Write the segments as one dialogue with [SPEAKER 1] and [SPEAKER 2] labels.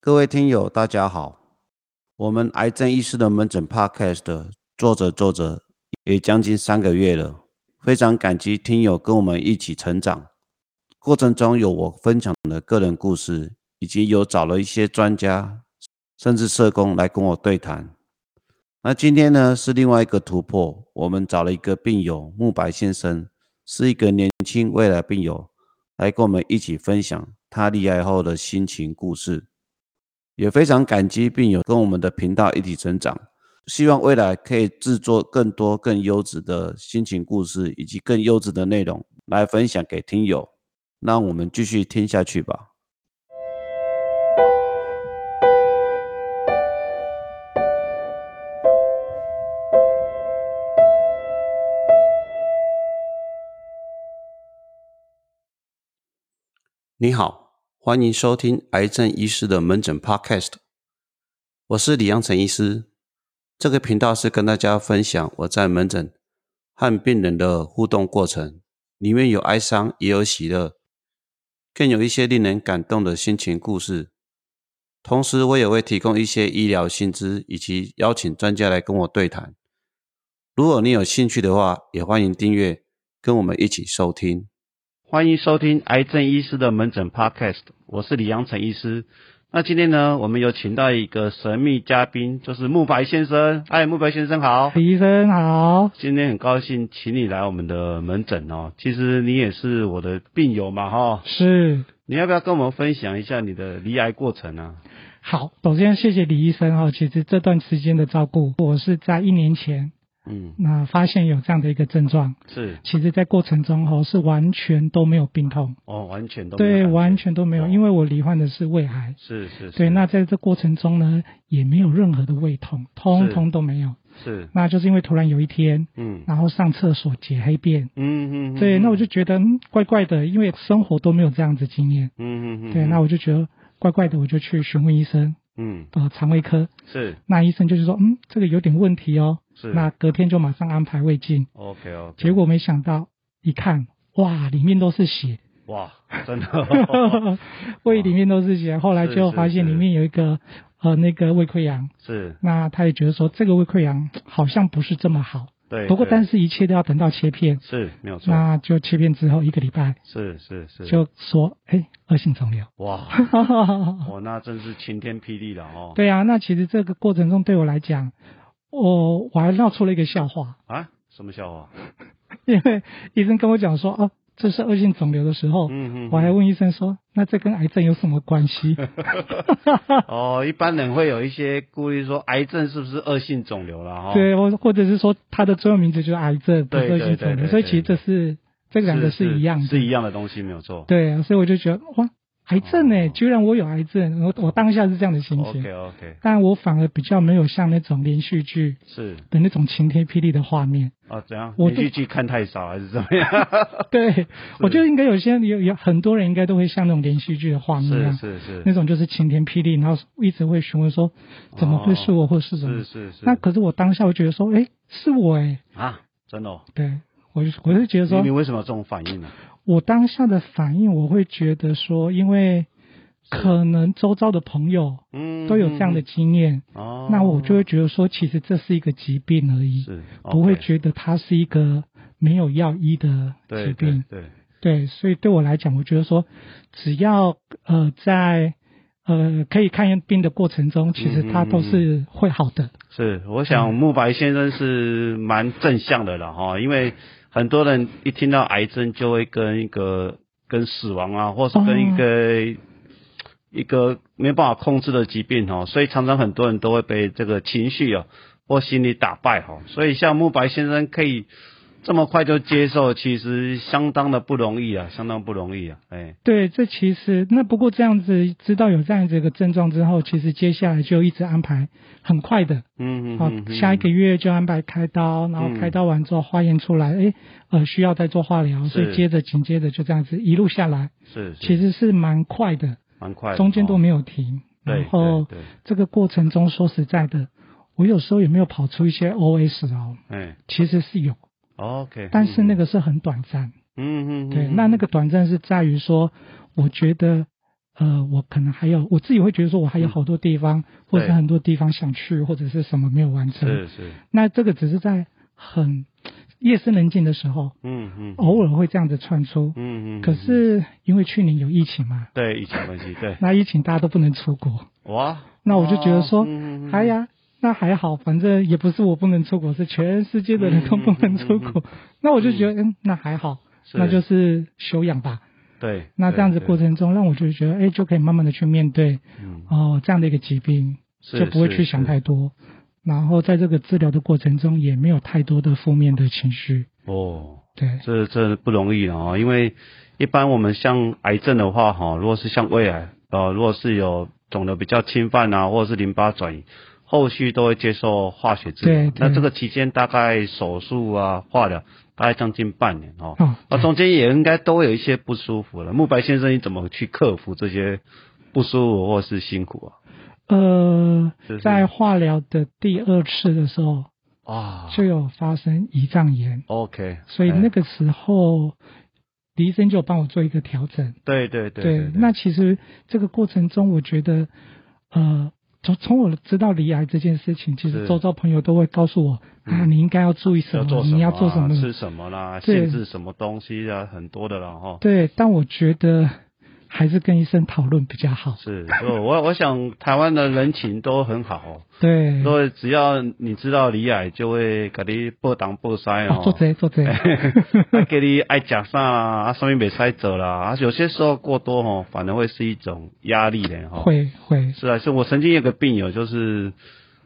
[SPEAKER 1] 各位听友，大家好。我们癌症医师的门诊 Podcast 做着做着也将近三个月了，非常感激听友跟我们一起成长。过程中有我分享的个人故事，以及有找了一些专家甚至社工来跟我对谈。那今天呢是另外一个突破，我们找了一个病友慕白先生，是一个年轻未来病友，来跟我们一起分享他离癌后的心情故事。也非常感激病友跟我们的频道一起成长，希望未来可以制作更多更优质的心情故事，以及更优质的内容来分享给听友。那我们继续听下去吧。你好，欢迎收听癌症医师的门诊 Podcast，我是李阳成医师。这个频道是跟大家分享我在门诊和病人的互动过程，里面有哀伤，也有喜乐，更有一些令人感动的心情故事。同时，我也会提供一些医疗薪资，以及邀请专家来跟我对谈。如果你有兴趣的话，也欢迎订阅，跟我们一起收听。欢迎收听癌症医师的门诊 Podcast，我是李阳成医师。那今天呢，我们有请到一个神秘嘉宾，就是慕白先生。哎，慕白先生好，
[SPEAKER 2] 李医生好，
[SPEAKER 1] 今天很高兴请你来我们的门诊哦。其实你也是我的病友嘛，哈、
[SPEAKER 2] 是
[SPEAKER 1] 你要不要跟我们分享一下你的离癌过程啊？
[SPEAKER 2] 好。首先谢谢李医生哈，其实这段时间的照顾，我是在一年前
[SPEAKER 1] 嗯，
[SPEAKER 2] 那、发现有这样的一个症状，
[SPEAKER 1] 是
[SPEAKER 2] 其实在过程中哦哈是完全都没有病痛，
[SPEAKER 1] 哦，完全都没有
[SPEAKER 2] 对，
[SPEAKER 1] 感觉
[SPEAKER 2] 完全都没有，
[SPEAKER 1] 哦
[SPEAKER 2] 因为我罹患的是胃癌，
[SPEAKER 1] 是是是
[SPEAKER 2] 对，那在这过程中呢也没有任何的胃痛，通
[SPEAKER 1] 是
[SPEAKER 2] 通都没有，
[SPEAKER 1] 是
[SPEAKER 2] 那就是因为突然有一天，
[SPEAKER 1] 嗯
[SPEAKER 2] 然后上厕所解黑便。
[SPEAKER 1] 嗯嗯嗯，
[SPEAKER 2] 对，那我就觉得嗯怪怪的，因为生活都没有这样子经验。
[SPEAKER 1] 嗯嗯嗯，
[SPEAKER 2] 对，那
[SPEAKER 1] 我
[SPEAKER 2] 我就觉得怪怪的，我就去询问医生，
[SPEAKER 1] 嗯
[SPEAKER 2] 呃，肠胃科。
[SPEAKER 1] 是
[SPEAKER 2] 那医生就是说，嗯，这个有点问题哦。
[SPEAKER 1] 是
[SPEAKER 2] 那隔天就马上安排胃镜，
[SPEAKER 1] OK OK，
[SPEAKER 2] 结果没想到一看，哇，里面都 是血，
[SPEAKER 1] 哇，真的 哦
[SPEAKER 2] 胃里面都是血。后来
[SPEAKER 1] 是
[SPEAKER 2] 就是发现
[SPEAKER 1] 是
[SPEAKER 2] 里面有一个呃那个胃溃疡，
[SPEAKER 1] 是
[SPEAKER 2] 那他也觉得说这个胃溃疡好像不是这么好，
[SPEAKER 1] 对，
[SPEAKER 2] 不过
[SPEAKER 1] 对
[SPEAKER 2] 但是一切都要等到切片。
[SPEAKER 1] 是没有错，
[SPEAKER 2] 那就切片之后一个礼拜，
[SPEAKER 1] 是是是
[SPEAKER 2] 就说哎，恶性肿瘤。
[SPEAKER 1] 哇哦，那真是晴天霹雳了哦
[SPEAKER 2] 对啊，那其实这个过程中对我来讲，我我还闹出了一个笑话，
[SPEAKER 1] 啊，什么笑话？
[SPEAKER 2] 因为医生跟我讲说，哦、这是恶性肿瘤的时候，
[SPEAKER 1] 嗯嗯，
[SPEAKER 2] 哦我还问医生说，那这跟癌症有什么 关系？
[SPEAKER 1] 哦，一般人会有一些顾虑，说癌症是不是恶性肿瘤了哈？
[SPEAKER 2] 对，或或者是说它的专有名字就是癌症，不
[SPEAKER 1] 哦对
[SPEAKER 2] 是恶性
[SPEAKER 1] 对对
[SPEAKER 2] 肿
[SPEAKER 1] 对
[SPEAKER 2] 瘤，所以其实这是这
[SPEAKER 1] 是，
[SPEAKER 2] 两个
[SPEAKER 1] 是
[SPEAKER 2] 一样的，
[SPEAKER 1] 是一样的东西，没有错。
[SPEAKER 2] 对啊，所以我就觉得哇，癌症呢、
[SPEAKER 1] 哦
[SPEAKER 2] 居然我有癌症，我我当下是这样的心情
[SPEAKER 1] OK OK，
[SPEAKER 2] 但我反而比较没有像那种连续剧
[SPEAKER 1] 是
[SPEAKER 2] 的那种晴天霹雳的画面。
[SPEAKER 1] 啊，怎样？
[SPEAKER 2] 我
[SPEAKER 1] 连续剧看太少还是怎么 样？
[SPEAKER 2] 对，我觉得应该有些有有很多人应该都会像那种连续剧的画面啊一
[SPEAKER 1] 是
[SPEAKER 2] 样，
[SPEAKER 1] 是是
[SPEAKER 2] 嗯那种就是晴天霹雳，然后一直会询问说怎么会是我，或是什
[SPEAKER 1] 哦是
[SPEAKER 2] 么。
[SPEAKER 1] 是是，
[SPEAKER 2] 那可是我当下我觉得说，哎，是我哎，
[SPEAKER 1] 啊，真的哦，
[SPEAKER 2] 对我就我就觉得
[SPEAKER 1] 你你
[SPEAKER 2] 说，
[SPEAKER 1] 为什么有这种反应呢？
[SPEAKER 2] 我当下的反应我会觉得说，因为可能周遭的朋友
[SPEAKER 1] 嗯，
[SPEAKER 2] 都有这样的
[SPEAKER 1] 嗯，
[SPEAKER 2] 经验，
[SPEAKER 1] 嗯哦，
[SPEAKER 2] 那我就会觉得说，其实这是一个疾病而已，
[SPEAKER 1] 是
[SPEAKER 2] 不会
[SPEAKER 1] OK，
[SPEAKER 2] 觉得它是一个没有药医的疾
[SPEAKER 1] 对
[SPEAKER 2] 病
[SPEAKER 1] 对。对，
[SPEAKER 2] 对，所以对我来讲，我觉得说，只要呃在呃可以看病的过程中，其实它都是会好的。
[SPEAKER 1] 是，我
[SPEAKER 2] 嗯
[SPEAKER 1] 想慕白先生是蛮正向的了哈，因为很多人一听到癌症就会跟一个跟死亡啊，或是跟一
[SPEAKER 2] 哦
[SPEAKER 1] 个、一个没办法控制的疾病哦，所以常常很多人都会被这个情绪哦或心理打败哦，所以像慕白先生可以这么快就接受，其实相当的不容易啊，相当不容易啊，哎，
[SPEAKER 2] 对，这其实那不过这样子，知道有这样子一个症状之后，其实接下来就一直安排，很快的，
[SPEAKER 1] 嗯嗯嗯
[SPEAKER 2] 好、
[SPEAKER 1] 嗯，嗯
[SPEAKER 2] 哦下一个月就安排开刀，然后开刀完之后化验出来，哎、呃需要再做化疗，所
[SPEAKER 1] 是
[SPEAKER 2] 以接着紧接着就这样子一路下来，
[SPEAKER 1] 是
[SPEAKER 2] 其
[SPEAKER 1] 是
[SPEAKER 2] 实是蛮快的，
[SPEAKER 1] 蛮快的哦，
[SPEAKER 2] 中间都没有停，
[SPEAKER 1] 对
[SPEAKER 2] 然后。
[SPEAKER 1] 对对
[SPEAKER 2] 这个过程中，说实在的，我有时候也没有跑出一些 OS 哦，
[SPEAKER 1] 哎
[SPEAKER 2] 其实是有，
[SPEAKER 1] ，OK，
[SPEAKER 2] 但是那
[SPEAKER 1] 个
[SPEAKER 2] 个是很短暂。
[SPEAKER 1] 嗯嗯嗯嗯，
[SPEAKER 2] 对，
[SPEAKER 1] 嗯
[SPEAKER 2] 那那个短暂是在于说，我觉得呃，我可能还有我自己会觉得说，我还有好多地
[SPEAKER 1] 嗯
[SPEAKER 2] 方，或者是
[SPEAKER 1] 对
[SPEAKER 2] 很多地方想去，或者是什么没有完成。
[SPEAKER 1] 嗯是是，
[SPEAKER 2] 那这个只是在很夜深人静的时候，
[SPEAKER 1] 嗯嗯，
[SPEAKER 2] 偶尔会这样子窜出。
[SPEAKER 1] 嗯嗯，
[SPEAKER 2] 哦可
[SPEAKER 1] 嗯
[SPEAKER 2] 是因为去年有疫情嘛，
[SPEAKER 1] 对疫情关系， 对，
[SPEAKER 2] 那疫情大家都不能出国，
[SPEAKER 1] 哇，
[SPEAKER 2] 那我就觉得说
[SPEAKER 1] 哦嗯嗯嗯
[SPEAKER 2] 哎呀，那还好，反正也不是我不能出国，是全世界的人都不能出
[SPEAKER 1] 嗯嗯嗯
[SPEAKER 2] 国。那我就觉得，嗯，那还好，
[SPEAKER 1] 是
[SPEAKER 2] 那就是休养吧。
[SPEAKER 1] 对，
[SPEAKER 2] 那这样子过
[SPEAKER 1] 程
[SPEAKER 2] 程中，让我就觉得，哎，就可以慢慢的去面对
[SPEAKER 1] 嗯
[SPEAKER 2] 哦这样的一个疾病，
[SPEAKER 1] 是
[SPEAKER 2] 就不会
[SPEAKER 1] 是
[SPEAKER 2] 去想
[SPEAKER 1] 是
[SPEAKER 2] 太多。然后在这个治疗的过程中，也没有太多的负面的情绪。
[SPEAKER 1] 哦，
[SPEAKER 2] 对，
[SPEAKER 1] 这这不容易哦，因为一般我们像癌症的话哈，如果是像胃癌呃，如果是有肿瘤比较侵犯啊，或者是淋巴转移。后续都会接受化学治疗
[SPEAKER 2] 对，
[SPEAKER 1] 那
[SPEAKER 2] 对
[SPEAKER 1] 这个期间大概手术啊、化疗大概将近半年哦。
[SPEAKER 2] 哦，
[SPEAKER 1] 那中间也应该都有一些不舒服了。慕白先生，你怎么去克服这些不舒服或是辛苦啊？
[SPEAKER 2] 呃
[SPEAKER 1] 就是，
[SPEAKER 2] 在化疗的第二次的时候，
[SPEAKER 1] 啊
[SPEAKER 2] 就有发生胰脏炎，
[SPEAKER 1] ，OK，
[SPEAKER 2] 所以那
[SPEAKER 1] 哎
[SPEAKER 2] 个时候，李医生就有帮我做一个调整。
[SPEAKER 1] 对对对
[SPEAKER 2] 那其实这个过程中，我觉得，呃，从从我知道离癌这件事情，其
[SPEAKER 1] 是
[SPEAKER 2] 实周遭朋友都会告诉我、
[SPEAKER 1] 嗯
[SPEAKER 2] 啊，你应该要注意什
[SPEAKER 1] 要
[SPEAKER 2] 么，
[SPEAKER 1] 做什么啊、
[SPEAKER 2] 你要做什么。
[SPEAKER 1] 吃什么啦，
[SPEAKER 2] 对
[SPEAKER 1] 限制什么东西啊，很多的啦哈。
[SPEAKER 2] 对，但我觉得还是跟医生讨论比较好。
[SPEAKER 1] 是，我我我想台湾的人情都很好、哦，
[SPEAKER 2] 对，
[SPEAKER 1] 所以只要你知道李矮，就会给你报当报西哦
[SPEAKER 2] 哦，做贼做 贼，
[SPEAKER 1] 啊，给你爱讲啥啦，啊，上面没塞走啦，啊，有些时候过多哦，反而会是一种压力的哈、哦。
[SPEAKER 2] 会会，
[SPEAKER 1] 是啊，是我曾经有个病友，就是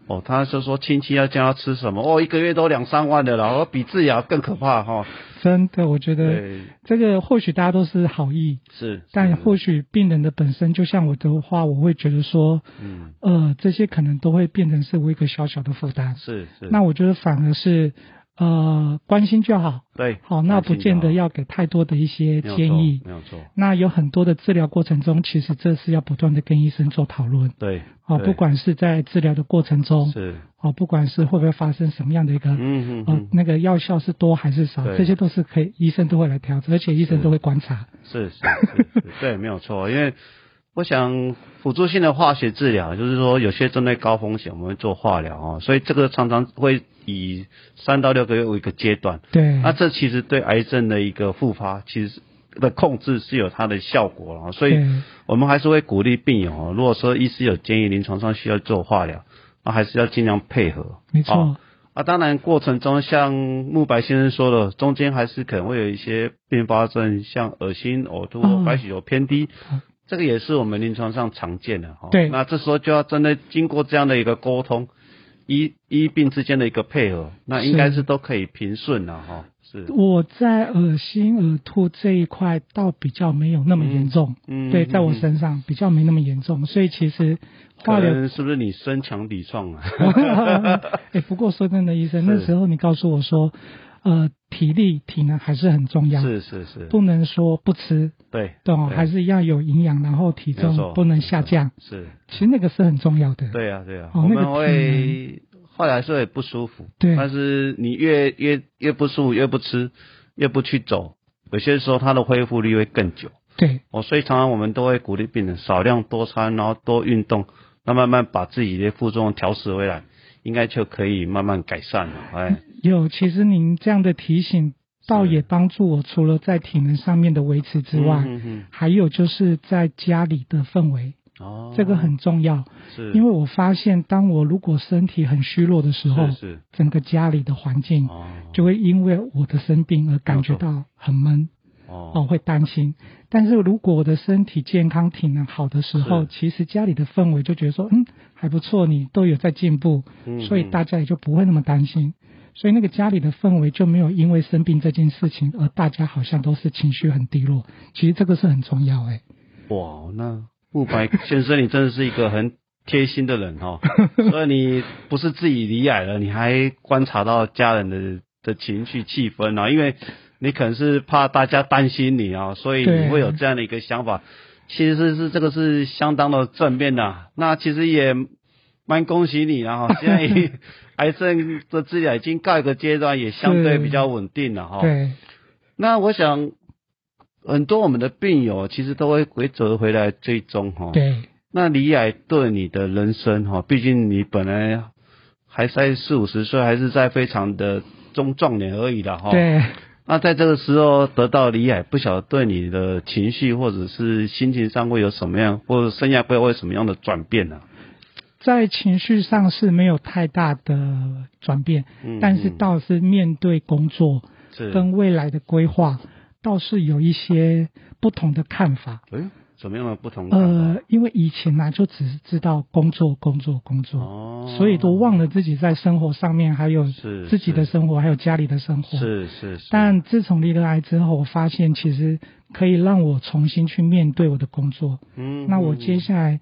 [SPEAKER 1] 哦，他就说亲戚要叫他吃什么，哦，一个月都两三万的了，哦，比治疗更可怕哈、哦。
[SPEAKER 2] 真的，我觉得
[SPEAKER 1] 对，
[SPEAKER 2] 这个或许大家都是好意，
[SPEAKER 1] 是，
[SPEAKER 2] 但
[SPEAKER 1] 是
[SPEAKER 2] 或许病人的本身，就像我的话，我会觉得说，
[SPEAKER 1] 嗯，
[SPEAKER 2] 呃，这些可能都会变成是我一个小小的负担。
[SPEAKER 1] 是是，
[SPEAKER 2] 那我觉得反而是，呃，关心就好，
[SPEAKER 1] 对，
[SPEAKER 2] 好，那不见得
[SPEAKER 1] 要
[SPEAKER 2] 要给太多的一些建议。
[SPEAKER 1] 没有错，没有错
[SPEAKER 2] 那有很多的治疗过程中，其实这是要不断的跟医生做讨论。
[SPEAKER 1] 对，
[SPEAKER 2] 哦，
[SPEAKER 1] 对
[SPEAKER 2] 不管是在治疗的过程中，
[SPEAKER 1] 是，
[SPEAKER 2] 哦，不管是会不会发生什么样的一个，
[SPEAKER 1] 嗯嗯
[SPEAKER 2] 呃，
[SPEAKER 1] 嗯，
[SPEAKER 2] 那个药效是多还是少，
[SPEAKER 1] 对
[SPEAKER 2] 这些都是可以，医生都会来调整，而且医生
[SPEAKER 1] 是
[SPEAKER 2] 都会观察。
[SPEAKER 1] 是是是，是对，没有错，因为。我想辅助性的化学治疗，就是说有些针对高风险，我们会做化疗哦，所以这个常常会以三到六个月为一个阶段，
[SPEAKER 2] 对，
[SPEAKER 1] 那这其实对癌症的一个复发，其实的控制是有它的效果了，哦所以
[SPEAKER 2] 对
[SPEAKER 1] 我们还是会鼓励病友哦。如果说医师有建议临床上需要做化疗，那还是要尽量配合。
[SPEAKER 2] 没错，
[SPEAKER 1] 哦啊，当然过程中像慕白先生说的，中间还是可能会有一些并发症，像恶心、呕吐、
[SPEAKER 2] 嗯
[SPEAKER 1] 白血球偏低。
[SPEAKER 2] 嗯
[SPEAKER 1] 这个也是我们临床上常见的哈、哦。
[SPEAKER 2] 对
[SPEAKER 1] 那这时候就要真的经过这样的一个沟通，医医病之间的一个配合，那应该
[SPEAKER 2] 是
[SPEAKER 1] 是都可以平顺了哈、是，
[SPEAKER 2] 我在恶心、呕吐这一块倒比较没有那么严重，
[SPEAKER 1] 嗯
[SPEAKER 2] 对，在我
[SPEAKER 1] 嗯
[SPEAKER 2] 身上比较没那么严重，所以其实化
[SPEAKER 1] 可
[SPEAKER 2] 疗
[SPEAKER 1] 能是不是你身强体壮啊？
[SPEAKER 2] 哎、不过说真的，医生，那
[SPEAKER 1] 是
[SPEAKER 2] 时候你告诉我说，呃，体力、体能还是很重要，
[SPEAKER 1] 是是是，
[SPEAKER 2] 不能说不吃，
[SPEAKER 1] 对，
[SPEAKER 2] 对哦，
[SPEAKER 1] 对
[SPEAKER 2] 还是要有营养，然后体
[SPEAKER 1] 没有错
[SPEAKER 2] 重不能下降。
[SPEAKER 1] 是，
[SPEAKER 2] 其实那个是很重要 的。
[SPEAKER 1] 对啊对啊，
[SPEAKER 2] 哦
[SPEAKER 1] 我
[SPEAKER 2] 那个
[SPEAKER 1] 们会后来是会不舒服，
[SPEAKER 2] 对
[SPEAKER 1] 但是你越越越不舒服，越不吃，越不去走，有些时候它的恢复力会更久。
[SPEAKER 2] 对
[SPEAKER 1] 哦，所以常常我们都会鼓励病人少量多餐，然后多运动，那慢慢把自己的负重调试回来，应该就可以慢慢改善了。哎，
[SPEAKER 2] 有，其实您这样的提醒，倒
[SPEAKER 1] 是
[SPEAKER 2] 也帮助我，除了在体能上面的维持之外，
[SPEAKER 1] 嗯嗯
[SPEAKER 2] 还有就是在家里的氛围，
[SPEAKER 1] 嗯哦，
[SPEAKER 2] 这个很重要。
[SPEAKER 1] 是，
[SPEAKER 2] 因为我发现，当我如果身体很虚弱的时候
[SPEAKER 1] 是，是
[SPEAKER 2] 整个家里的环境
[SPEAKER 1] 哦
[SPEAKER 2] 就会因为我的生病而感觉到很闷哦，
[SPEAKER 1] 哦
[SPEAKER 2] 会担心。但是如果我的身体健康、体能好的时候，
[SPEAKER 1] 是
[SPEAKER 2] 其实家里的氛围就觉得说，嗯，还不错，你都有在进步，
[SPEAKER 1] 嗯
[SPEAKER 2] 所以
[SPEAKER 1] 嗯
[SPEAKER 2] 大家也就不会那么担心。所以那个家里的氛围就没有因为生病这件事情而大家好像都是情绪很低落，其实这个是很重要哎、
[SPEAKER 1] 哇，那慕白先生，你真的是一个很贴心的人哦，所以你不是自己离癌了，你还观察到家人的的情绪气氛啊，因为你可能是怕大家担心你啊，所以你
[SPEAKER 2] 对
[SPEAKER 1] 会有这样的一个想法。其实是这个是相当的正面的啊、那其实也蛮恭喜你啊！哈现在 已癌症的治疗已经告一个阶段，也相对
[SPEAKER 2] 是
[SPEAKER 1] 比较稳定了哈、
[SPEAKER 2] 对，
[SPEAKER 1] 那我想，很多我们的病友其实都会回折回来追踪哈。
[SPEAKER 2] 对，
[SPEAKER 1] 那李矮对你的人生哈，毕竟你本来还在四五十岁，还是在非常的中壮年而已啦哈。。
[SPEAKER 2] 对，
[SPEAKER 1] 那在这个时候得到李矮，不晓得对你的情绪或者是心情上会有什么样，或者生涯会有什么样的转变啊呢、
[SPEAKER 2] 在情绪上是没有太大的转变，
[SPEAKER 1] 嗯
[SPEAKER 2] 但是倒是面对工作
[SPEAKER 1] 是
[SPEAKER 2] 跟未来的规划，倒是有一些不同的看法。
[SPEAKER 1] 哎，怎么样的不同感？
[SPEAKER 2] 呃，因为以前呢、就只是知道工作、工作、工作，
[SPEAKER 1] 哦，
[SPEAKER 2] 所以都忘了自己在生活上面还有
[SPEAKER 1] 是
[SPEAKER 2] 自己的
[SPEAKER 1] 是
[SPEAKER 2] 生活，还有家里的生活。
[SPEAKER 1] 是是是，
[SPEAKER 2] 但自从离了癌之后，我发现其实可以让我重新去面对我的工作。
[SPEAKER 1] 嗯
[SPEAKER 2] 那我接下来，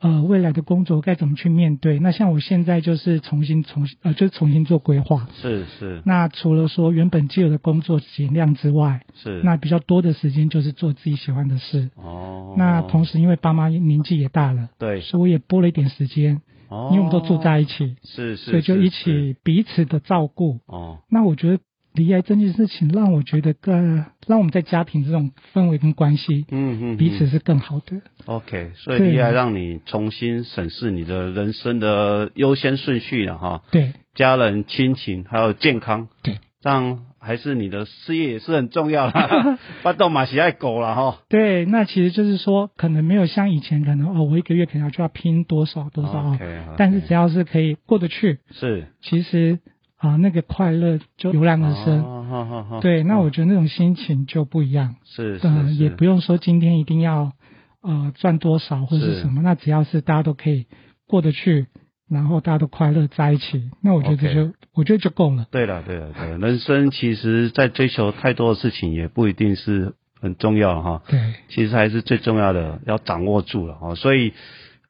[SPEAKER 2] 呃，未来的工作该怎么去面对？那像我现在就是重新重新呃，就是重新做规划。
[SPEAKER 1] 嗯是是
[SPEAKER 2] 那除了说原本既有的工作减量之外，
[SPEAKER 1] 是
[SPEAKER 2] 那比较多的时间就是做自己喜欢的事。
[SPEAKER 1] 哦，
[SPEAKER 2] 那同时因为爸妈年纪也大了，
[SPEAKER 1] 对，
[SPEAKER 2] 所以我也拨了一点时间，
[SPEAKER 1] 哦
[SPEAKER 2] 因为我们都住在一起，
[SPEAKER 1] 是是，
[SPEAKER 2] 所以就是一
[SPEAKER 1] 是
[SPEAKER 2] 起彼此的照顾。
[SPEAKER 1] 哦，
[SPEAKER 2] 那我觉得离癌这件事情让我觉得更让我们在家庭这种氛围跟关系
[SPEAKER 1] 嗯嗯，
[SPEAKER 2] 彼此
[SPEAKER 1] 嗯
[SPEAKER 2] 是更好的。
[SPEAKER 1] OK，所以
[SPEAKER 2] 对
[SPEAKER 1] 厉害让你重新审视你的人生的优先顺序了哈，
[SPEAKER 2] 对
[SPEAKER 1] 家人、亲情还有健康，
[SPEAKER 2] 对，
[SPEAKER 1] 这样还是你的事业也是很重要 啦，巴豆马喜爱狗了哈。
[SPEAKER 2] 对，那其实就是说，可能没有像以前可能哦，我一个月可能就要拼多少多少哦
[SPEAKER 1] OK，OK
[SPEAKER 2] 但是只要是可以过得去，
[SPEAKER 1] 是
[SPEAKER 2] 其实啊、那个快乐就油然而生。
[SPEAKER 1] 哦好好好
[SPEAKER 2] 对，那我觉得那种心情就不一样。
[SPEAKER 1] 是
[SPEAKER 2] 嗯、
[SPEAKER 1] 是
[SPEAKER 2] 也
[SPEAKER 1] 是
[SPEAKER 2] 不用说今天一定要呃赚多少或是
[SPEAKER 1] 是
[SPEAKER 2] 什么，那只要是大家都可以过得去，然后大家都快乐在一起，那我觉得
[SPEAKER 1] OK
[SPEAKER 2] 这就我觉得就够了。
[SPEAKER 1] 对了，对了，对了，人生其实，在追求太多的事情，也不一定是很重要哈。
[SPEAKER 2] 对
[SPEAKER 1] 其实还是最重要的，要掌握住了哦。所以，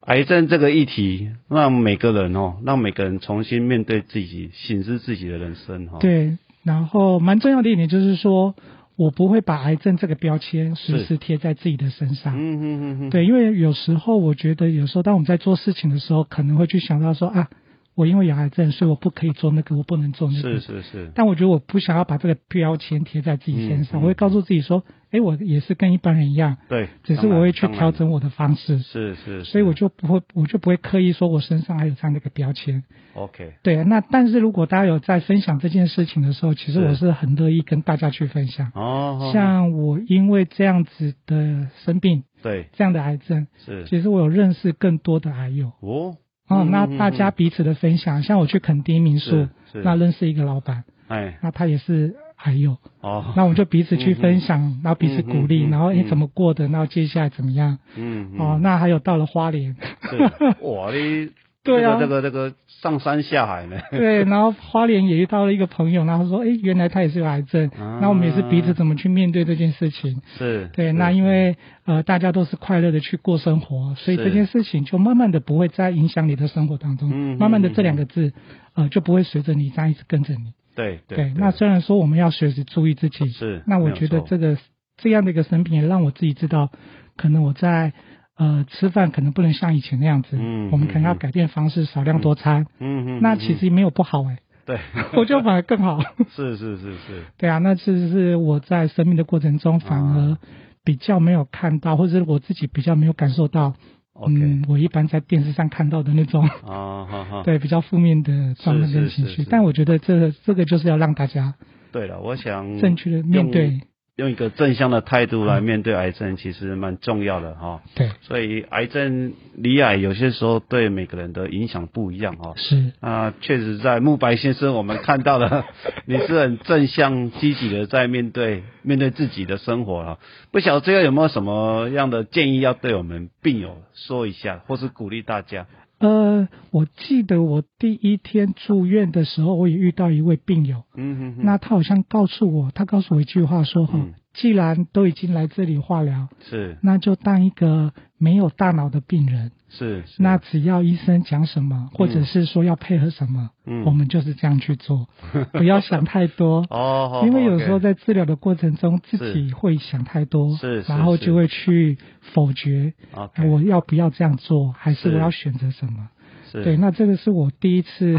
[SPEAKER 1] 癌症这个议题，让每个人哦，让每个人重新面对自己，审视自己的人生哈、哦。，
[SPEAKER 2] 对，然后蛮重要的一点就是说，我不会把癌症这个标签时
[SPEAKER 1] 是
[SPEAKER 2] 时贴在自己的身上。
[SPEAKER 1] 嗯嗯嗯嗯，
[SPEAKER 2] 对，因为有时候我觉得，有时候当我们在做事情的时候，可能会去想到说啊，我因为有癌症，所以我不可以做那个，我不能做那
[SPEAKER 1] 是
[SPEAKER 2] 个。
[SPEAKER 1] 是是，
[SPEAKER 2] 但我觉得我不想要把这个标签贴在自己身
[SPEAKER 1] 嗯
[SPEAKER 2] 上，
[SPEAKER 1] 嗯
[SPEAKER 2] 我会告诉自己说，哎，我也是跟一般人一样，
[SPEAKER 1] 对，
[SPEAKER 2] 只是
[SPEAKER 1] 当然
[SPEAKER 2] 我会去调。
[SPEAKER 1] 当然
[SPEAKER 2] 整我的方式，
[SPEAKER 1] 是是，是
[SPEAKER 2] 所以我就不会，我就不会刻意说我身上还有这样的一个标签。
[SPEAKER 1] OK。
[SPEAKER 2] 对，那但是如果大家有在分享这件事情的时候，其实
[SPEAKER 1] 是
[SPEAKER 2] 我是很乐意跟大家去分享。
[SPEAKER 1] 哦，
[SPEAKER 2] 像我因为这样子的生病，
[SPEAKER 1] 对
[SPEAKER 2] 这样的癌症，
[SPEAKER 1] 是
[SPEAKER 2] 其实我有认识更多的癌友。
[SPEAKER 1] 哦
[SPEAKER 2] 哦，
[SPEAKER 1] 嗯
[SPEAKER 2] 那
[SPEAKER 1] 嗯
[SPEAKER 2] 大家彼此的分享，像我去垦丁民宿
[SPEAKER 1] 是，是
[SPEAKER 2] 那认识一个老板，
[SPEAKER 1] 哎
[SPEAKER 2] 那他也是癌友，
[SPEAKER 1] 哦，
[SPEAKER 2] 那我们就彼此去分享，然后彼此鼓
[SPEAKER 1] 嗯
[SPEAKER 2] 励，
[SPEAKER 1] 嗯嗯
[SPEAKER 2] 然后
[SPEAKER 1] 嗯
[SPEAKER 2] 你怎么过的，然后接下来怎么样？
[SPEAKER 1] 嗯
[SPEAKER 2] 哦，那还有到了花莲，
[SPEAKER 1] 是哇你
[SPEAKER 2] 对啊
[SPEAKER 1] 这个这个这个上山下海 呢，
[SPEAKER 2] 对，然后花莲也遇到了一个朋友，然后说，哎，原来他也是有癌症，
[SPEAKER 1] 啊
[SPEAKER 2] 那我们也是彼此怎么去面对这件事情。
[SPEAKER 1] 是
[SPEAKER 2] 对，那因为呃大家都是快乐的去过生活，所以
[SPEAKER 1] 是
[SPEAKER 2] 这件事情就慢慢的不会再影响你的生活当中，
[SPEAKER 1] 嗯嗯
[SPEAKER 2] 慢慢的这两个字，呃就不会随着你这样一直跟着你。
[SPEAKER 1] 对
[SPEAKER 2] 那虽然说我们要随时注意自己，
[SPEAKER 1] 是
[SPEAKER 2] 那我
[SPEAKER 1] 没有
[SPEAKER 2] 觉得
[SPEAKER 1] 错
[SPEAKER 2] 这个这样的一个生病也让我自己知道，可能我在呃吃饭可能不能像以前那样子，
[SPEAKER 1] 嗯
[SPEAKER 2] 我们可能
[SPEAKER 1] 嗯
[SPEAKER 2] 要
[SPEAKER 1] 嗯
[SPEAKER 2] 改变方式，少量多餐。
[SPEAKER 1] 嗯嗯，
[SPEAKER 2] 那
[SPEAKER 1] 嗯
[SPEAKER 2] 其
[SPEAKER 1] 嗯
[SPEAKER 2] 实没有不好哎、
[SPEAKER 1] 对，
[SPEAKER 2] 我觉得反而 更好。
[SPEAKER 1] 是是是是，
[SPEAKER 2] 对啊，那其实是我在生命的过程中反而
[SPEAKER 1] 啊
[SPEAKER 2] 比较没有看到，或者是我自己比较没有感受到。
[SPEAKER 1] OK
[SPEAKER 2] 嗯，我一般在电视上看到的那种，
[SPEAKER 1] 啊哈哈。
[SPEAKER 2] 对比较负面的状态跟
[SPEAKER 1] 是是
[SPEAKER 2] 情
[SPEAKER 1] 是
[SPEAKER 2] 绪
[SPEAKER 1] 是。
[SPEAKER 2] 但我觉得这个这个就是要让大家
[SPEAKER 1] 对了，我想
[SPEAKER 2] 正确的面对
[SPEAKER 1] 嗯用，用一个正向的态度来面对癌症，其实蛮重要的哈、
[SPEAKER 2] 对，
[SPEAKER 1] 所以癌症离癌有些时候对每个人的影响不一样哦。
[SPEAKER 2] 是，
[SPEAKER 1] 啊，确实，在慕白先生，我们看到了 你是很正向、积极的在面对面对自己的生活了。不晓得最后有没有什么样的建议要对我们病友说一下，或是鼓励大家？
[SPEAKER 2] 呃，我记得我第一天住院的时候，我也遇到一位病友，
[SPEAKER 1] 嗯哼哼，
[SPEAKER 2] 那他好像告诉我，他告诉我一句话说哈，
[SPEAKER 1] 嗯
[SPEAKER 2] 既然都已经来这里化疗，
[SPEAKER 1] 是
[SPEAKER 2] 那就当一个没有大脑的病人。
[SPEAKER 1] 是是
[SPEAKER 2] 那只要医生讲什么，或者是说要配合什么，
[SPEAKER 1] 嗯
[SPEAKER 2] 我们就是这样去 做，不要想太多。
[SPEAKER 1] 哦，好
[SPEAKER 2] 因为有时候
[SPEAKER 1] OK
[SPEAKER 2] 在治疗的过程中，自己会想太多，
[SPEAKER 1] 是是
[SPEAKER 2] 然后
[SPEAKER 1] 是
[SPEAKER 2] 就会去否决
[SPEAKER 1] OK
[SPEAKER 2] 哎我要不要这样做，还是
[SPEAKER 1] 是
[SPEAKER 2] 我要选择什么？
[SPEAKER 1] 是
[SPEAKER 2] 对，那这个是我第一次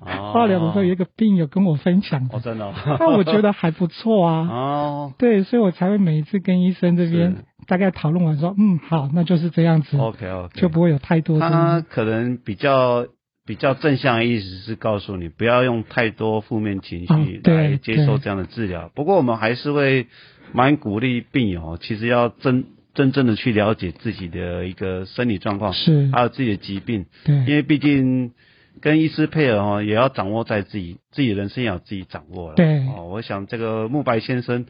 [SPEAKER 1] 哦
[SPEAKER 2] 化疗的时候，有一个病友跟我分享
[SPEAKER 1] 哦，
[SPEAKER 2] 的，
[SPEAKER 1] 真的哦，
[SPEAKER 2] 那我觉得还不错啊。
[SPEAKER 1] 哦
[SPEAKER 2] 对，所以我才会每一次跟医生这
[SPEAKER 1] 是
[SPEAKER 2] 边大概讨论完说，嗯，好，那就是这样子，
[SPEAKER 1] ，OK OK，
[SPEAKER 2] 就不会有太多这
[SPEAKER 1] 他
[SPEAKER 2] 种。
[SPEAKER 1] 可能比较比较正向的意思是告诉你不要用太多负面情
[SPEAKER 2] 哦
[SPEAKER 1] 绪
[SPEAKER 2] 对
[SPEAKER 1] 来接受
[SPEAKER 2] 对
[SPEAKER 1] 这样的治疗。不过我们还是会蛮鼓励病友，哦其实要真真正的去了解自己的一个生理状况，
[SPEAKER 2] 是
[SPEAKER 1] 还有自己的疾病，因
[SPEAKER 2] 对，
[SPEAKER 1] 为毕竟。跟医师配合哦，也要掌握在自己自己人生也要自己掌握了。
[SPEAKER 2] 对
[SPEAKER 1] 哦，我想这个慕白先生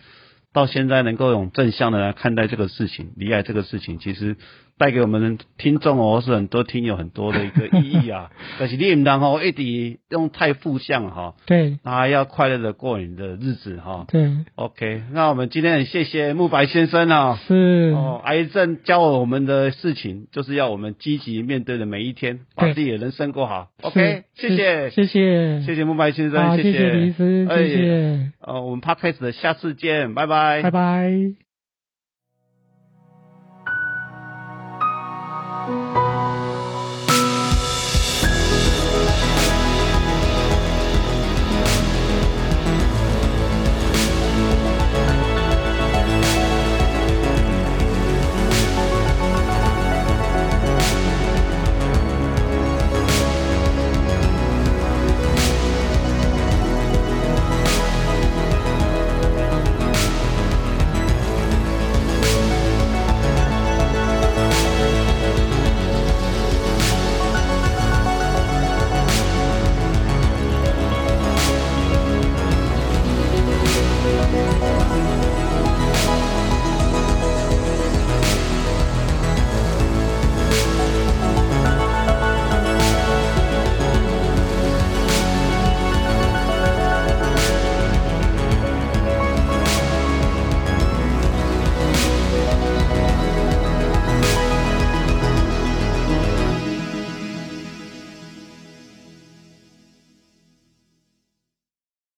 [SPEAKER 1] 到现在能够用正向的来看待这个事情，理解这个事情，其实带给我们听众哦，是很多听友很多的一个意义啊。但是你唔当哦，一直用太负向哈、哦，
[SPEAKER 2] 对，
[SPEAKER 1] 那要快乐的过你的日子哈、
[SPEAKER 2] 对，
[SPEAKER 1] OK，那我们今天很谢谢慕白先生啊、
[SPEAKER 2] 是，
[SPEAKER 1] 哦，癌症教我们的事情，就是要我们积极面对的每一天，把
[SPEAKER 2] 对
[SPEAKER 1] 自己的人生过好。
[SPEAKER 2] 是
[SPEAKER 1] OK，谢
[SPEAKER 2] 是
[SPEAKER 1] 谢，
[SPEAKER 2] 谢谢，
[SPEAKER 1] 谢谢慕白先
[SPEAKER 2] 好，
[SPEAKER 1] 生，
[SPEAKER 2] 谢谢李医师，
[SPEAKER 1] 哎
[SPEAKER 2] 谢谢，
[SPEAKER 1] 呃，我们 Podcast 的下次见，拜拜，
[SPEAKER 2] 拜。拜。